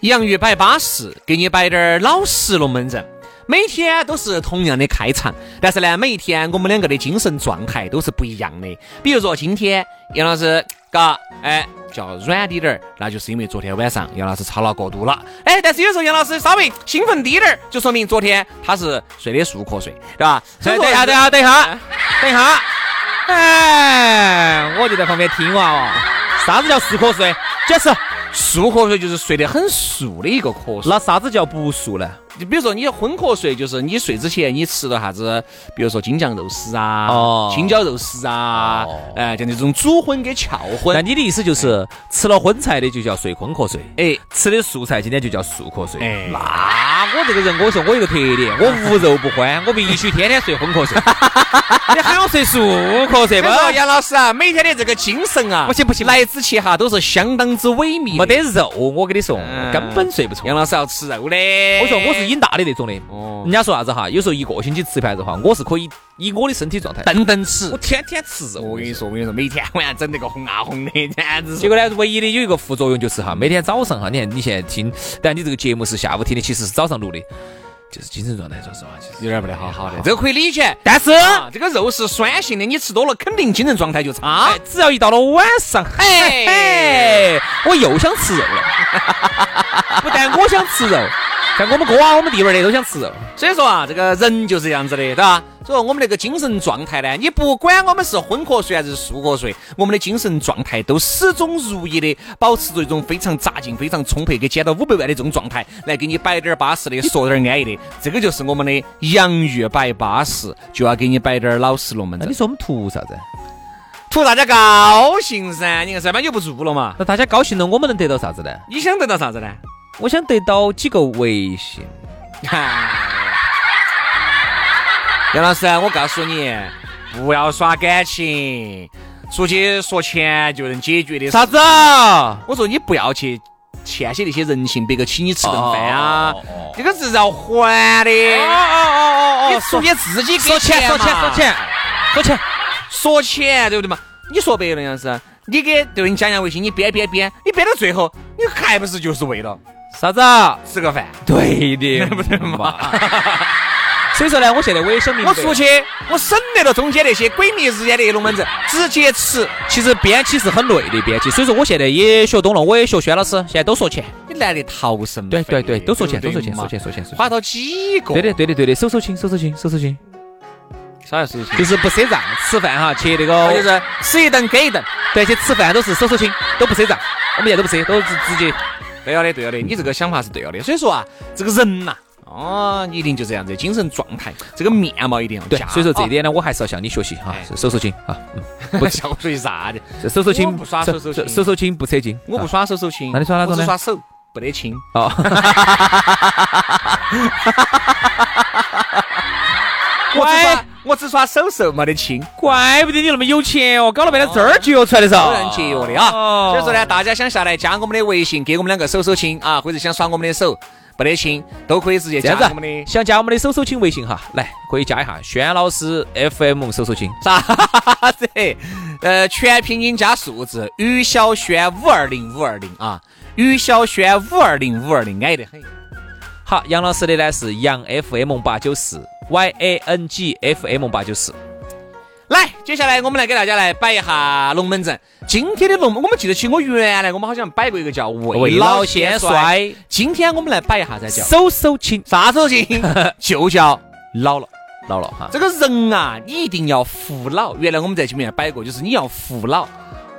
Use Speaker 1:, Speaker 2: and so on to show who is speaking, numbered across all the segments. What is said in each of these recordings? Speaker 1: 洋芋摆巴适，给你摆点儿老实龙门阵。每天都是同样的开场，但是呢，每一天我们两个的精神状态都是不一样的。比如说今天杨老师，嘎，哎，叫软滴点儿，那就是因为昨天晚上杨老师操劳过度了。哎，但是有时候杨老师稍微兴奋低点儿，就说明昨天他是睡的熟瞌睡，对吧？哎所以
Speaker 2: 等一下，等一下，等一下，等一下。哎，我就在旁边听哇哦。啥子叫哎四瞌睡？解释。
Speaker 1: 熟瞌睡就是睡得很熟的一个瞌睡。
Speaker 2: 那啥子叫不熟呢？
Speaker 1: 就比如说你昏瞌睡，就是你睡之前你吃了啥子，比如说京酱肉丝啊，
Speaker 2: 哦
Speaker 1: 青椒肉丝啊，哎、像这种煮荤跟翘
Speaker 2: 那
Speaker 1: 荤，
Speaker 2: 你的意思就是吃了荤菜的就叫睡昏瞌睡，
Speaker 1: 哎
Speaker 2: 吃的素菜今天就叫素瞌睡。
Speaker 1: 哎
Speaker 2: 那我这个人，我说我有个特点，我无肉不欢，我必须天天睡昏瞌睡。你喊我睡素瞌睡不？
Speaker 1: 这 个杨老师啊，每天的这个精神啊，
Speaker 2: 不行不行不行
Speaker 1: 来之前哈都是相当之萎靡，
Speaker 2: 没得。肉，我跟你说，
Speaker 1: 嗯
Speaker 2: 根本睡不着。
Speaker 1: 杨老师要吃肉的，
Speaker 2: 我
Speaker 1: 我
Speaker 2: 说我是瘾大的那种的。
Speaker 1: 哦
Speaker 2: 人家说啥子哈？有时候一个星期吃一盘肉哈，我是可以以我的身体状态，
Speaker 1: 顿顿吃
Speaker 2: 我。天天吃肉。
Speaker 1: 我跟你说，我跟你说，每天晚上整那个红啊红的，简直
Speaker 2: 结
Speaker 1: 是。
Speaker 2: 果呢，唯一的有一个副作用就是哈，每天早上哈，你看你现在听，但你这个节目是下午听的，其实是早上录的，就是精神状态，说实话，其实有点不太好。好的
Speaker 1: 这个可以理解，
Speaker 2: 但是、
Speaker 1: 啊，这个肉是酸性的，你吃多了肯定精神状态就差
Speaker 2: 哎。只要一到了晚上，嘿嘿，我又想吃肉了。 不但我想吃肉，像我们哥啊、我们弟妹儿的都想吃肉。
Speaker 1: 所以说啊，这个人就是这样子的，对吧？所以说我们那个精神状态呢，你不管我们是昏瞌睡还是熟瞌睡，我们的精神状态都始终如一的保持着一种非常扎劲、非常充沛，给捡到五百万的这种状态，来给你摆点儿巴适的，说点儿安逸的，这个就是我们的洋芋摆巴适，就要给你摆点儿老实龙门
Speaker 2: 那
Speaker 1: 阵
Speaker 2: 你，说我们图啥子？
Speaker 1: 图大家高兴噻。你看上班就不做了嘛，
Speaker 2: 那大家高兴了，我们能得到啥子呢？
Speaker 1: 你想得到啥子呢？
Speaker 2: 我想得到几个微信。
Speaker 1: 杨老师，我告诉你，不要耍感情，出去说钱就能解决的。
Speaker 2: 啥？子？啊
Speaker 1: 我说你不要去欠些那些人情，别个请你吃顿饭啊
Speaker 2: 哦哦哦哦，
Speaker 1: 这个是要还的。
Speaker 2: 哦
Speaker 1: 你出去自己给
Speaker 2: 说钱，说钱，
Speaker 1: 嘛
Speaker 2: 说钱，说钱。
Speaker 1: 说钱，对不对嘛？你说白了，杨老师，你给对你加加微信，你编编编，你编到最后，你还不是就是为了
Speaker 2: 啥子？
Speaker 1: 吃个饭？
Speaker 2: 对 的，不对嘛？所以说呢，我现在我也想明白，
Speaker 1: 我出，去，我省得了中间那些鬼迷日眼的龙门阵，直接吃。
Speaker 2: 其实编辑是很累的编辑，所以说我现在也学懂了，我也学轩老师，现在都说钱，
Speaker 1: 你来的逃生
Speaker 2: 对对对，都说钱，
Speaker 1: 对
Speaker 2: 都说
Speaker 1: 不对
Speaker 2: 钱，
Speaker 1: 嘛
Speaker 2: 说钱，说钱，说钱。
Speaker 1: 花到几个？
Speaker 2: 对的，，对的，对的，手手亲，手手亲，手手亲，
Speaker 1: 啥要事情？
Speaker 2: 就是不赊账，吃饭哈，去那
Speaker 1: 那就
Speaker 2: 个，
Speaker 1: 是吃一顿给一顿。
Speaker 2: 对，去吃饭都是手手亲，都不赊账，我们现在都不赊，都是直接。
Speaker 1: 对了的，对了的，你这个想法是对了的。所以说啊，这个人呐、哦，一定就这样子，精神状态，这个面貌一定要
Speaker 2: 对
Speaker 1: 加。，
Speaker 2: 所以说这一点呢，我还是要向你学习哈
Speaker 1: 哎，
Speaker 2: 手手亲啊，
Speaker 1: 哦，不笑说啥的，
Speaker 2: 这手手
Speaker 1: 我
Speaker 2: 亲，
Speaker 1: 不耍手手亲
Speaker 2: 手手亲不扯筋，
Speaker 1: 我不
Speaker 2: 啊
Speaker 1: 耍手手亲，
Speaker 2: 那你耍哪种
Speaker 1: 我只
Speaker 2: 呢
Speaker 1: 耍手，不得亲。
Speaker 2: 哦，
Speaker 1: 我只耍我只耍手手，没得亲。
Speaker 2: 怪不得你那么有钱哦，搞了半天这儿节约出来的噻，
Speaker 1: 有人节约的啊。
Speaker 2: 哦
Speaker 1: 所以说呢，大家想下来加我们的微信，给我们两个手手亲啊，或者想耍我们的手，不得亲，都可以直接
Speaker 2: 这
Speaker 1: 加
Speaker 2: 样子啊
Speaker 1: 我们的。
Speaker 2: 想加我们的手手亲微信哈，来可以加一下轩老师 FM 手手亲。
Speaker 1: 啥子？呃，全拼音加数字，于小轩五二零五二零啊，于小轩五二零五二零，安逸得很。
Speaker 2: 好，杨老师的呢是杨 FM 八九四，Y A N G F M 八九四。
Speaker 1: 来，接下来我们来给大家来摆一下龙门阵。今天的龙门，我们记得起我原来我们好像摆过一个叫
Speaker 2: 未
Speaker 1: 未
Speaker 2: 老
Speaker 1: 老
Speaker 2: 先
Speaker 1: 先
Speaker 2: 衰
Speaker 1: 衰，今天我们来摆一下噻，叫
Speaker 2: 手手轻，
Speaker 1: 啥时候进就叫老了。
Speaker 2: 老了哈。
Speaker 1: 这个人啊，你一定要服老。原来我们在前面摆过，就是你要服老。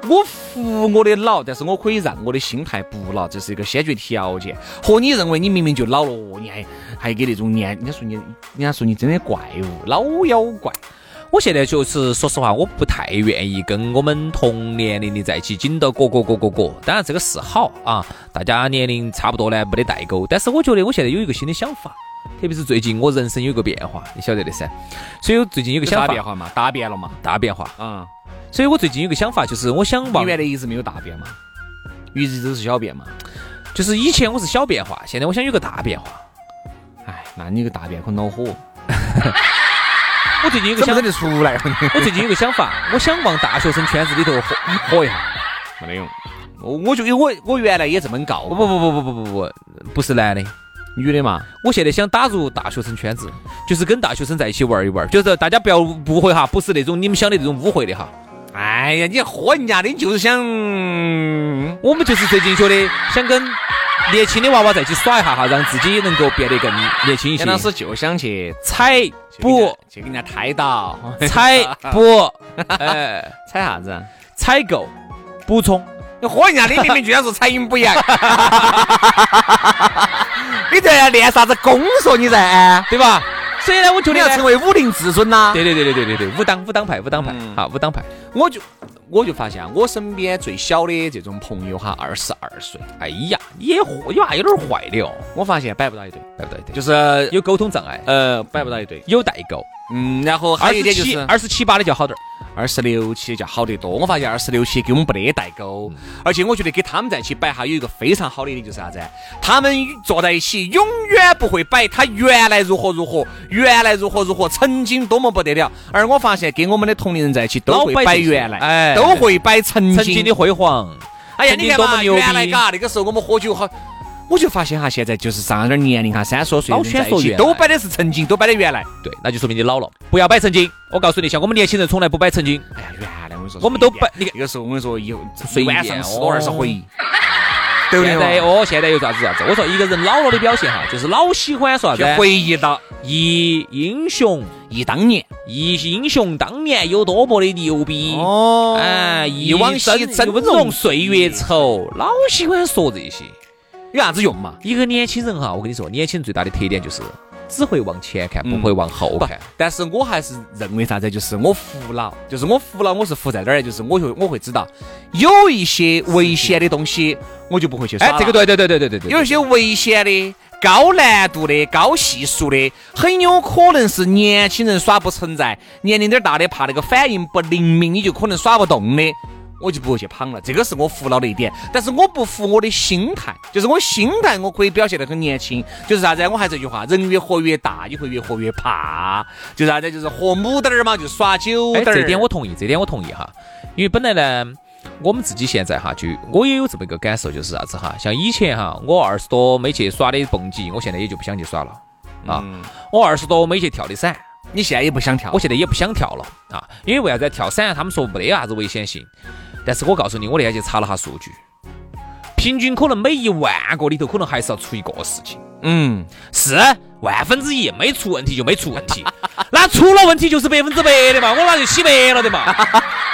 Speaker 1: 我服我的老，但是我可以让我的心态不老，这是一个先决条件。和你认为你明明就老了，哦，你还还给那种年，人家说你，人家说你真的怪物，老妖怪。
Speaker 2: 我现在就是说实话，我不太愿意跟我们同年龄的在一起紧到裹裹裹裹裹。当然这个是好啊，大家年龄差不多呢，没得代沟。但是我觉得我现在有一个新的想法，特别是最近我人生有一个变化，你晓得的噻。所以我最近有个
Speaker 1: 有
Speaker 2: 想
Speaker 1: 啥
Speaker 2: 法，
Speaker 1: 变化嘛？大变了嘛？
Speaker 2: 大变化。
Speaker 1: 啊、
Speaker 2: 所以我最近有个想法，就是我想
Speaker 1: 你
Speaker 2: 往，
Speaker 1: 原来一直没有大变嘛，一直都是小变嘛。
Speaker 2: 就是以前我是小变化，现在我想有个大变化。
Speaker 1: 哎，那你个大变可恼火，
Speaker 2: 我最近有个
Speaker 1: 怎
Speaker 2: 想
Speaker 1: 么整，得出来？
Speaker 2: 我最近有个想法，我想往大学生圈子里头火火一下。
Speaker 1: 没得用。我我就我我原来也这么搞，
Speaker 2: 不不不不不不不不，不是男的。
Speaker 1: 女的嘛，
Speaker 2: 我现在想打入大学生圈子，就是跟大学生在一起玩一玩，就是大家不要误会哈，不是那种你们想的那种误会的哈。
Speaker 1: 哎呀，你喝人家的，你就是想，嗯
Speaker 2: 我们就是最近觉得想跟年轻的娃娃在一起耍一下哈，让自己能够变得更年轻一些
Speaker 1: 杨。老师就想去
Speaker 2: 踩
Speaker 1: 不
Speaker 2: 不
Speaker 1: 去给人家抬 到，
Speaker 2: 踩不，哎，
Speaker 1: 踩啥子？
Speaker 2: 采购补充，
Speaker 1: 你喝人家的，明明居然说采阴补阳， 你在练啥子功说你在？
Speaker 2: 对吧？所以呢，我觉
Speaker 1: 你
Speaker 2: 得
Speaker 1: 要
Speaker 2: 呢
Speaker 1: 成为武林至尊呐！
Speaker 2: 对对对对对对对，武当武当派武当派
Speaker 1: 嗯，
Speaker 2: 好武当派。
Speaker 1: 我就我就发现啊，我身边最小的这种朋友哈，二十二岁，
Speaker 2: 哎呀，也火呀，有点坏的哦，
Speaker 1: 我发现摆不到一堆，
Speaker 2: 对不对？
Speaker 1: 就
Speaker 2: 就是有沟通障碍，
Speaker 1: 呃摆不到一堆。
Speaker 2: 有代沟。
Speaker 1: 嗯，然后还
Speaker 2: 二
Speaker 1: 有一
Speaker 2: 十
Speaker 1: 点就
Speaker 2: 七
Speaker 1: 是
Speaker 2: 二十七八的就好点儿。
Speaker 1: 二十六期就好得多。我发现二十六期跟我们没得代沟，
Speaker 2: 嗯
Speaker 1: 而且我觉得跟他们在一起摆哈有一个非常好的一点就是啥子？他们坐在一起永远不会摆他原来如何如何，原来如何如何，曾经多么不得了。而我发现跟我们的同龄人在一起都会
Speaker 2: 老摆
Speaker 1: 摆
Speaker 2: 这些
Speaker 1: 原来，
Speaker 2: 哎
Speaker 1: 都会摆曾
Speaker 2: 曾
Speaker 1: 经
Speaker 2: 经的。辉煌，
Speaker 1: 哎呀，
Speaker 2: 曾
Speaker 1: 你
Speaker 2: 经
Speaker 1: 看
Speaker 2: 多么
Speaker 1: 嘛，
Speaker 2: 牛逼，
Speaker 1: 原来嘎，那个时候我们喝酒好。我就发现哈，现在就是上了点年龄哈，三十多岁的
Speaker 2: 老
Speaker 1: 人
Speaker 2: 选
Speaker 1: 在一
Speaker 2: 说
Speaker 1: 起
Speaker 2: 原
Speaker 1: 都
Speaker 2: 来
Speaker 1: 摆的是曾经，都摆的原来。
Speaker 2: 对，那就说明你老了，不要摆曾经。我告诉你，像我们年轻人从来不摆曾经，
Speaker 1: 哎呀，原来我跟你说，
Speaker 2: 我们都摆
Speaker 1: 那个时候我跟你说，以后
Speaker 2: 随便
Speaker 1: 晚上十多二十回，对不
Speaker 2: 现在
Speaker 1: 对嘛？
Speaker 2: 哦，现在又咋子咋子？我说一个人老了的表现哈，就是老喜欢说啥
Speaker 1: 去
Speaker 2: 子？
Speaker 1: 回忆到
Speaker 2: 忆英雄，
Speaker 1: 忆当年，
Speaker 2: 忆英雄当年有多么的牛逼。
Speaker 1: 哦
Speaker 2: 哎，
Speaker 1: 忆往昔
Speaker 2: 峥嵘
Speaker 1: 峥嵘
Speaker 2: 岁
Speaker 1: 岁
Speaker 2: 月
Speaker 1: 月
Speaker 2: 稠，老喜欢说这些。
Speaker 1: 有啥子用嘛？
Speaker 2: 一个年轻人哈，我跟你说，年轻人最大的特点就是只会往前看，不
Speaker 1: 嗯
Speaker 2: 会往后
Speaker 1: 不
Speaker 2: 看。，
Speaker 1: 但是我还是认为啥子，就是我服老，就是我服老，我是服在哪儿呢？就是我就我会知道有一些危险的东西，我就不会去耍
Speaker 2: 哎
Speaker 1: 了，
Speaker 2: 这个对对对对对对对，
Speaker 1: 有一些危险的、高难度的、高系数的，很有可能是年轻人耍不存在，年龄点儿大的怕那个反应不灵敏，你就可能耍不动的。我就不会去捧了，这个是我服老的一点，但是我不服我的心态，就是我心态我可以表现得很年轻，就是啥子啊？我还这句话，人越活越大，你会越活越怕，就是啥子啊？就是活母点儿嘛，就耍酒
Speaker 2: 哎，
Speaker 1: 点儿。
Speaker 2: 这点我同意，这点我同意哈，因为本来呢，我们自己现在哈，就我也有这么一个感受，就是啥子哈，像以前哈，我二十多没去耍的蹦极，我现在也就不想去耍了啊。我二十多没去跳的伞，
Speaker 1: 你现在也不想跳，
Speaker 2: 我现在也不想跳了啊，因为为啥子跳伞？他们说没得啥子危险性，但是我告诉你，我那天去查了下数据，平均可能每一万个里头，可能还是要出一个事情。
Speaker 1: 嗯，
Speaker 2: 是万分之一没出问题就没出问题，那出了问题就是百分之百的嘛，我那就洗白了的嘛。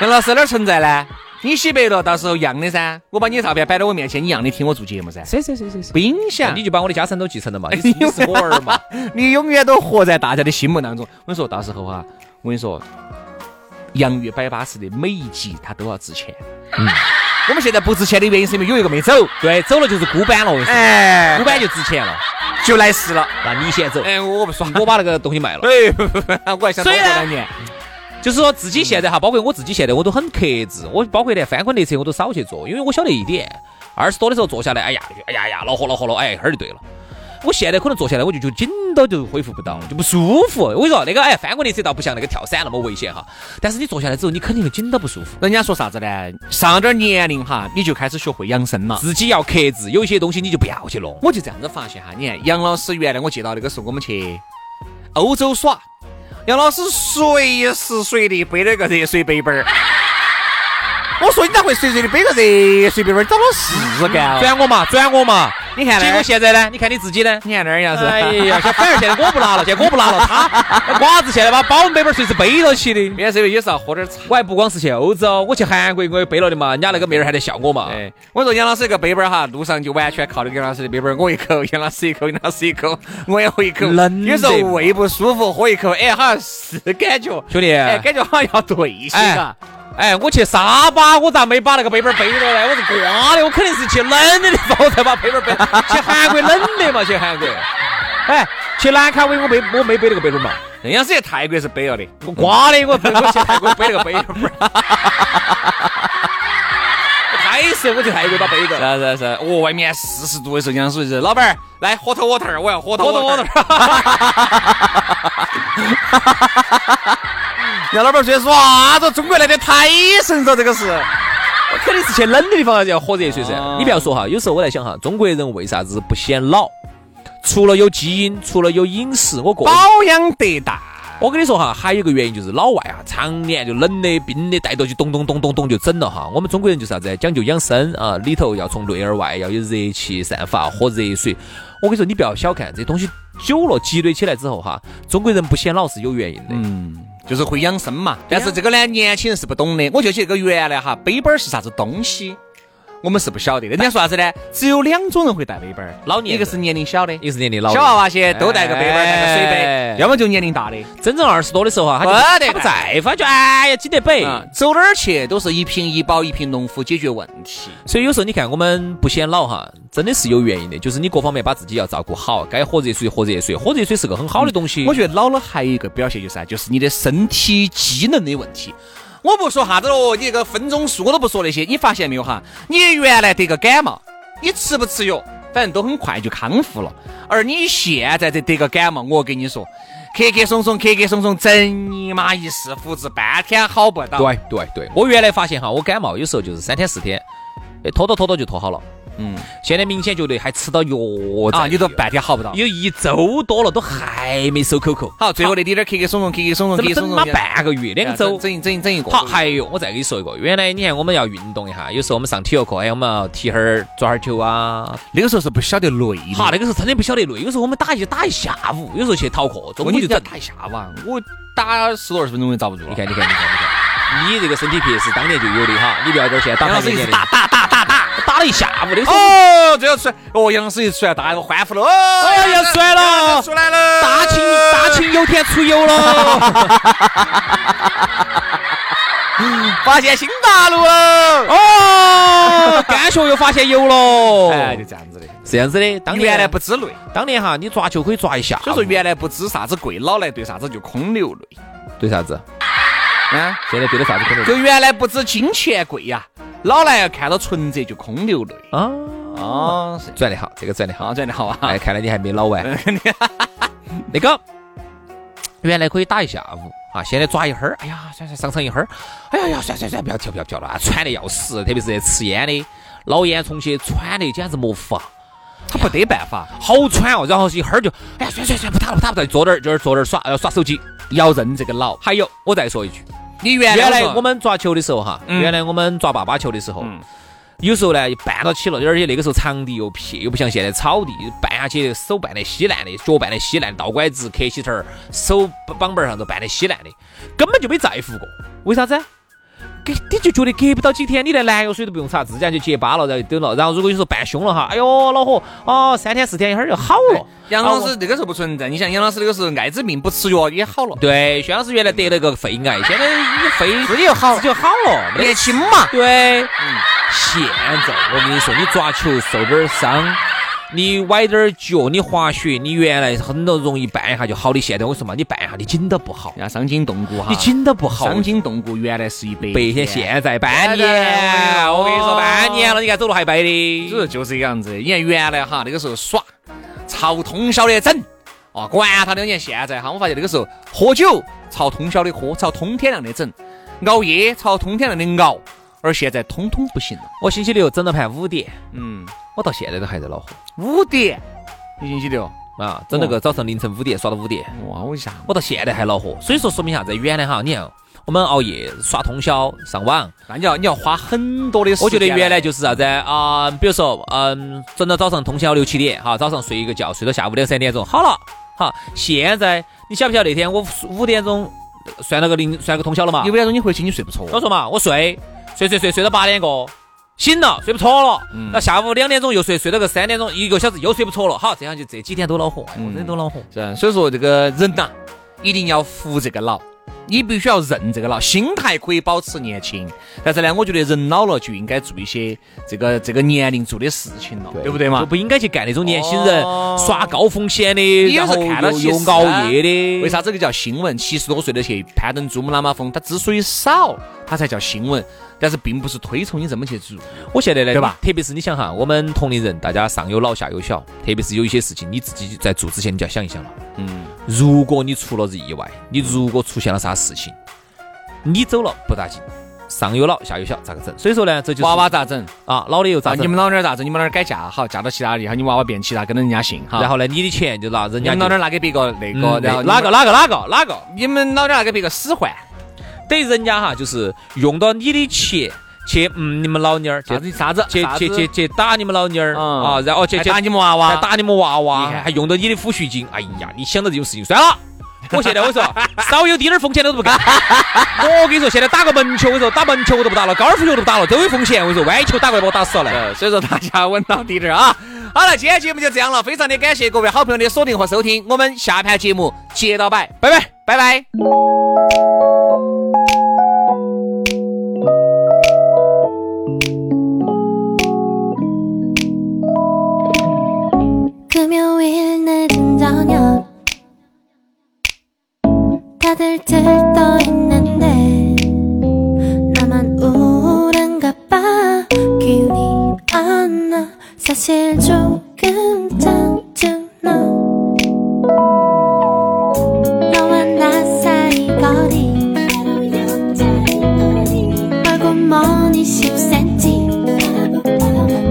Speaker 1: 杨老师哪儿存在呢？你洗白了，到时候一样的噻。我把你的照片摆到我面前，你一样的听我做节目噻，
Speaker 2: 谁谁谁谁谁
Speaker 1: 不影响
Speaker 2: 你
Speaker 1: 你。
Speaker 2: 就把我的家产都继承了嘛， 你是你是我儿嘛，
Speaker 1: 你永远都活在大家的心目当中。我跟你说，到时候啊，我跟你说，洋芋摆巴士的每一集它都要值钱。嗯我们现在不值钱的原因是因为有一个没走，
Speaker 2: 对，走了就是孤板了，我跟你说，
Speaker 1: 哎
Speaker 2: 孤，板就值钱了，
Speaker 1: 就来事了。
Speaker 2: 那你先走，
Speaker 1: 哎，我不耍，
Speaker 2: 我把那个东西卖了。
Speaker 1: 哎， 我还想
Speaker 2: 所
Speaker 1: 多
Speaker 2: 以
Speaker 1: 活
Speaker 2: 呢
Speaker 1: 两年。
Speaker 2: 就是说自己现在哈，包括我自己现在我都很克制，我包括连翻滚列车我都少去坐，因为我晓得一点，二十多的时候坐下来，哎呀，哎呀哎呀，恼火恼火了，哎，一会儿就对了。我现在可能坐下来，我就就紧到就恢复不到，就不舒服。我跟你说，那个哎，翻滚列车倒不像那个跳伞那么危险哈，但是你坐下来之后，你肯定会紧到不舒服。
Speaker 1: 人家说啥子呢？上了点年龄哈，你就开始学会养生了。
Speaker 2: 自己要克制，有一些东西你就不要去弄。
Speaker 1: 我就这样子发现哈，你看杨老师原来我记到那个时候我们去欧洲耍，杨老师随时随地背了个热水杯杯儿。我说你咋会随随地背个热水杯杯儿，找到 事干了？
Speaker 2: 转我嘛，转我嘛。
Speaker 1: 你看那儿
Speaker 2: 结果现在呢？你看你自己呢？
Speaker 1: 你看那儿杨
Speaker 2: 哎
Speaker 1: 老师，
Speaker 2: 呀，反而现在我不拿了，现在我不拿了，他瓜子现在把保温杯杯儿随时背到起的。
Speaker 1: 原来是有时候喝点儿茶。
Speaker 2: 我还不光是去欧洲，我去韩国我也背了的嘛，人家那个妹儿还在笑我嘛。
Speaker 1: 哎，我说杨老师这个背包儿哈，路上就完全靠那个杨老师的背包儿，我一口，杨老师一口，杨老师一口，我也喝一口。
Speaker 2: 冷
Speaker 1: 有时候
Speaker 2: 得嘛
Speaker 1: 胃不舒服，喝一口，哎，好像是感觉，
Speaker 2: 兄弟
Speaker 1: 哎，感觉好像要对些啊
Speaker 2: 哎
Speaker 1: 嘎。
Speaker 2: 哎，我去沙巴，我咋没把那个背包背着呢？我是瓜的，我肯定是去冷的地方我才把背包 背。去韩国冷的嘛，去韩国。哎，去兰卡威我没我没背那个背包嘛，
Speaker 1: 人家是在泰国是背了的，
Speaker 2: 我瓜的我背我去泰国背了个背包。我太瘦，我去 泰国把背着。
Speaker 1: 是是是，哦，外面四十度的时候，杨老师就说老板儿来喝头我头儿，我要喝头
Speaker 2: 我懂
Speaker 1: 我
Speaker 2: 我
Speaker 1: 头
Speaker 2: 懂
Speaker 1: 儿。， 人家老板儿说啥子中国来的太神了，这个是。
Speaker 2: 我肯定是去冷的地方要喝热水噻
Speaker 1: 哦。
Speaker 2: 你不要说哈，有时候我在想哈，中国人为啥子不显老？除了有基因，除了有饮食，我个人
Speaker 1: 保养得当。
Speaker 2: 我跟你说哈，还有一个原因就是老外啊，常年就冷的、冰的，带到就咚咚咚咚咚就整了哈。我们中国人就是啥子，讲究养生啊，里头要从内而外要有热气散发，喝热水。我跟你说，你不要小看这东西，久了积累起来之后哈，中国人不显老是有原因的。
Speaker 1: 嗯，就是会养生嘛。但是这个呢，年轻人是不懂的。我就起这个原来哈，背包儿是啥子东西，我们是不晓得的。人家说啥子呢？只有两种人会带背包儿，
Speaker 2: 老年人
Speaker 1: 一个是年龄小的，
Speaker 2: 一是年龄哎老
Speaker 1: 小
Speaker 2: 了，
Speaker 1: 娃娃些都带个背包儿，带个水
Speaker 2: 哎
Speaker 1: 杯；要么就年龄大的，
Speaker 2: 真正二十多的时候哈，他就
Speaker 1: 没得
Speaker 2: 他不在，发觉哎呀挤得北。
Speaker 1: 啊，走哪儿去都是一瓶医保，一瓶农夫，解决问题。
Speaker 2: 所以有时候你看，我们不显老哈，真的是有原因的，就是你各方面把自己要照顾好，该喝热水喝热水，喝热水是个很好的东西。
Speaker 1: 我觉得老了还有一个表现就是啥，就是你的身体机能的问题。我不说啥子喽，你这个分钟数我都不说那些，你发现没有哈？你原来得个感冒，你吃不吃药，反正都很快就康复了。而你现在这得个感冒，我跟你说，咳咳松松，咳咳松松，整你妈一世胡子，半天好不到。
Speaker 2: 对对对，我原来发现哈，我感冒有时候就是三天四天，哎，拖到拖到就拖好了。
Speaker 1: 嗯，
Speaker 2: 现在明显觉得还吃到药在
Speaker 1: 啊，你都
Speaker 2: 有
Speaker 1: 半天好不到。
Speaker 2: 有一周多了，都还没收口口。
Speaker 1: 好，最后那滴点儿咳咳松松，咳咳松松，
Speaker 2: 怎
Speaker 1: 咳
Speaker 2: 么
Speaker 1: 咳
Speaker 2: 整
Speaker 1: 松
Speaker 2: 嘛
Speaker 1: 松，
Speaker 2: 半个月两周？
Speaker 1: 啊整一整一整一个。
Speaker 2: 好，还有我再给你说一个，原来你看我们要运动一下，有时候我们上体育课，哎，我们要踢哈儿抓哈儿球啊。
Speaker 1: 那个时候是不晓得累的。
Speaker 2: 哈，那个时候真的不晓得累，有时候我们打一打一下午，有时候去逃课，中
Speaker 1: 我
Speaker 2: 午
Speaker 1: 你
Speaker 2: 就
Speaker 1: 就要
Speaker 2: 整。
Speaker 1: 打一下吧，我打十多二十分钟就遭不住了。
Speaker 2: 你看，你看，你看，你看，你这个身体皮是当年就有的哈，你不要这儿现在打
Speaker 1: 杨老
Speaker 2: 半
Speaker 1: 师一
Speaker 2: 年
Speaker 1: 直
Speaker 2: 的，
Speaker 1: 打打打打打，
Speaker 2: 打了一下午，那个时候
Speaker 1: 哦，最后出来，哦，杨老师一出来，大家都欢呼了，哦，
Speaker 2: 哎呀出来了
Speaker 1: 杨老师出来了，
Speaker 2: 大庆大庆油田出油了，
Speaker 1: 发现新大陆了，
Speaker 2: 哦，干学又发现油了，
Speaker 1: 哎，就这样子的，
Speaker 2: 是这样子哦的。当年
Speaker 1: 原来不知累，
Speaker 2: 当年哈，你抓球可以抓一下，
Speaker 1: 所以说原来不知啥子贵，老来对啥子就空流泪，
Speaker 2: 对啥子？
Speaker 1: 啊，
Speaker 2: 现在对的啥子可能
Speaker 1: 就原来不知金钱贵呀，老来看到存折就空流泪，
Speaker 2: 啊？
Speaker 1: 哦，是，
Speaker 2: 转的好，这个转的好
Speaker 1: 好，，转的好啊，
Speaker 2: 哎，看来你还没老 完。那个原来可以打一下午啊，现在抓一会儿，哎呀，算算上场一会儿，哎呀呀，算算算，不要跳不要跳了，啊喘得要死，特别是吃烟的老烟囱些，喘得简直没法。
Speaker 1: 他不得办法，
Speaker 2: 好喘哦，然后一会儿就，哎呀，算算算，不打了不打了不打了，坐那儿就是坐那儿耍，呃，耍手机。
Speaker 1: 要认这个老，
Speaker 2: 还有，我再说一句，
Speaker 1: 你原
Speaker 2: 原来
Speaker 1: 来
Speaker 2: 我们抓球的时候哈，
Speaker 1: 嗯
Speaker 2: 原来我们抓爸爸球的时候，
Speaker 1: 嗯
Speaker 2: 有时候呢绊到起了，而且那个时候场地又撇，又不像现在草地，绊下去手绊得稀烂的，脚绊得稀烂，倒拐子、磕膝头儿、手绑板儿上头绊得稀烂的，根本就没在乎过。为啥子？给你就觉得隔不到几天，你连蓝药水都不用擦，自然就结疤了，然后就抖了。然后如果有时候绊凶了哈，哎呦老火哦，三天四天一会儿就好了。
Speaker 1: 杨
Speaker 2: 啊
Speaker 1: 老
Speaker 2: 我
Speaker 1: 师那个时候不存在，你想杨老师那个时候艾滋病不吃药也好了，
Speaker 2: 对，薛老师原来得了个肺癌，现在你肺
Speaker 1: 自己又好了
Speaker 2: 就好了，没得
Speaker 1: 年轻嘛，
Speaker 2: 对，现在嗯我跟你说，你抓球受点儿伤，你崴点儿脚，你滑雪，你原来很多容易绊一下就好的，现在我说嘛，你绊一下你筋都不好，
Speaker 1: 要伤筋动骨哈
Speaker 2: 你。筋都不好。
Speaker 1: 伤筋动骨原来是一百
Speaker 2: 背现现在半
Speaker 1: 对
Speaker 2: 年，我跟你说
Speaker 1: 哦
Speaker 2: 半年了，你看走路还掰的。
Speaker 1: 就是就是这个样子。你看原来哈那个时候耍，吵通宵的整，啊，管他的。你看现在哈，我发现那个时候喝酒吵通宵的喝，吵通天亮的整，熬夜吵通天亮的熬，而现在通通不行了。
Speaker 2: 我星期六整了盘五点，
Speaker 1: 嗯，
Speaker 2: 我到现在都还在恼火。
Speaker 1: 五点，你星期六哦
Speaker 2: 啊，整那个早上凌晨五点耍到五点，
Speaker 1: 哇，我一下，
Speaker 2: 我到现在还恼火。所以说，说明啥子？原来哈，你看我们熬夜耍通宵上网，
Speaker 1: 那你要你要花很多的时间。
Speaker 2: 我觉得原来就是啥子啊、比如说嗯，整到早上通宵六七点，哈，早上睡一个觉，睡到下午两三点钟，好了，哈。现在你晓不晓得那天我五点钟算了个零，算了个通宵了嘛
Speaker 1: 你？为啥说你回去你睡不着？
Speaker 2: 我说嘛，我睡睡睡睡睡到八点过，醒了睡不着了，
Speaker 1: 嗯
Speaker 2: 那、下午两点钟又睡，睡到个三点钟，一个小时又睡不着了。好，这样就这几天都恼火，
Speaker 1: 嗯
Speaker 2: 哎，我真的都恼火。
Speaker 1: 是啊，所以说这个人呐、一定要服这个老，你必须要认这个老，心态可以保持年轻，但是呢，我觉得人老了就应该做一些这个这个年龄做的事情了，对不对
Speaker 2: 就
Speaker 1: 嘛？
Speaker 2: 不应该去干那种年轻人
Speaker 1: 哦
Speaker 2: 耍高风险的，
Speaker 1: 你也
Speaker 2: 然
Speaker 1: 是
Speaker 2: 后
Speaker 1: 看到
Speaker 2: 又
Speaker 1: 些
Speaker 2: 又
Speaker 1: 事啊
Speaker 2: 熬夜的。
Speaker 1: 为？啥这个叫新闻？七十多岁的去攀登珠穆朗玛峰，它之所以少，它才叫新闻，但是并不是推崇你这么去做。
Speaker 2: 我现在呢，
Speaker 1: 对吧？
Speaker 2: 特别是你想哈，我们同龄人，大家上有老下有小，特别是有一些事情，你自己在做之前，你就要想一想了。
Speaker 1: 嗯，
Speaker 2: 如果你出了意外，你如果出现了啥事情，你走了不打紧，上有老下有小，咋个整？所以说呢，这就是
Speaker 1: 娃娃咋整？
Speaker 2: 啊，老的又咋
Speaker 1: 咋？
Speaker 2: 整？
Speaker 1: 你们老娘儿咋整？你们老娘儿改嫁好，嫁到其他地，然后你娃娃变其他，跟着人家姓哈。
Speaker 2: 然后呢，你的钱就拿人
Speaker 1: 啊你
Speaker 2: 家
Speaker 1: 们老
Speaker 2: 就
Speaker 1: 娘儿拿给别个那个，
Speaker 2: 嗯
Speaker 1: 然后
Speaker 2: 哪个
Speaker 1: 拿？
Speaker 2: 哪个哪个哪个，
Speaker 1: 你们老娘儿拿给别个使唤。
Speaker 2: 等于人家哈，就是用到你的钱去，嗯，你们老娘儿去
Speaker 1: 啥子啥子
Speaker 2: 去
Speaker 1: 啥
Speaker 2: 去
Speaker 1: 子
Speaker 2: 去去打你们老娘儿
Speaker 1: 嗯
Speaker 2: 啊，然后去
Speaker 1: 还
Speaker 2: 去
Speaker 1: 打你们娃娃，
Speaker 2: 还打你们娃娃，
Speaker 1: 你看
Speaker 2: 还用到你的抚恤金。哎呀，你想到这种事情算了。我现在我说少有滴点儿风险都不干。 我跟你说，现在打个门球，我说打门球我都不打了，高尔夫球都不打了，都有风险。我说歪球打过来把我打死了呢。
Speaker 1: 呃，所以说大家稳当滴点儿啊。好了，今天节目就这样了，非常的感谢各位好朋友的锁定和收听，我们下盘节目接到摆，拜拜，拜拜。
Speaker 3: 금요일 늦은 저녁 다들 들떠 있는데 나만 우울한가 봐 기운이 안 나 사실 조금 짜증 나 너와 나 사이 거리 멀고 먼이 10cm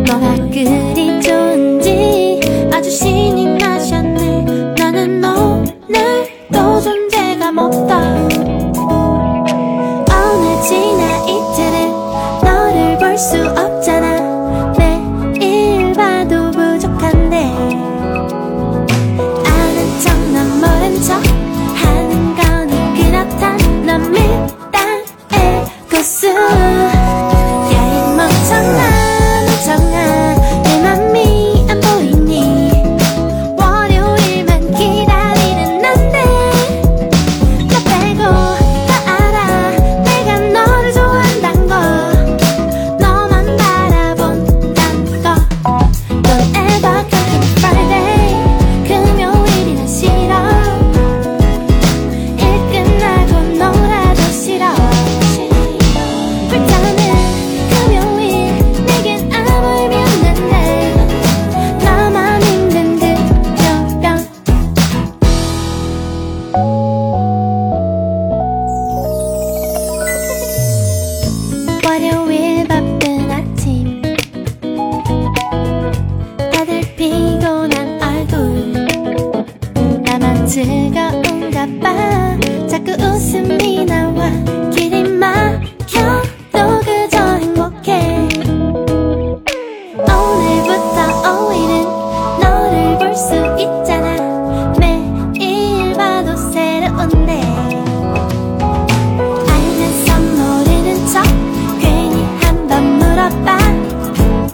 Speaker 3: 뭐가 그리 좋은지 아주 신이 나셨네 나는 오늘도 존재가 못다 오늘 지나 이틀은 너를 볼 수 없잖아 매일 봐도 부족한데 아는 척 난 모른 척 하는 거니 그렇다 넌 밀당의 고수 야이 멍청한 정아 내 맘이 안 보이니 월요일만 기다리는 난데 나 빼고 다 알아 내가 너를 좋아한단 거 너만 바라본단 거 Don't ever come to Friday 금요일이나 싫어 일 끝나고 놀아도 싫어 불타는 금요일 내겐 아무 의미 없는 날 나만 힘든 듯 여병 월요일 바쁜 아침 다들 피곤한 얼굴 나만 즐거운가 봐 자꾸 웃음이 나와 길이 막혀도 그저 행복해 오늘부터 오일은 너를 볼 수 있잖아 매일 봐도 새로운데 알면 썸 모르는 척 괜히 한 번 물어봐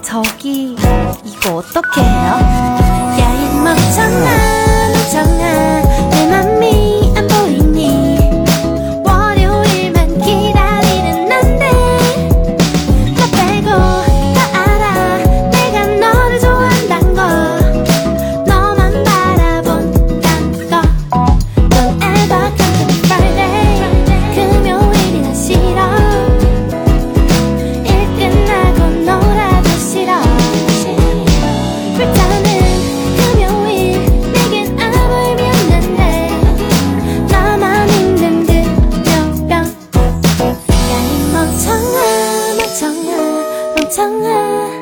Speaker 3: 저기 이거 어떡해요? 야이 멍청아 멍청아 내 맘이 안 보이니 월요일만 기다리는 난데 나 빼고 다 알아 내가 너를 좋아한단 거 너만 바라본단 거 Don't ever come to me Friday 금요일이나 싫어 일 끝나고 놀아도 싫어 불타는 금요일 내겐 아무 의미 없는 날 나만 힘든 듯 여병 야이 멍청아 멍청아 멍청아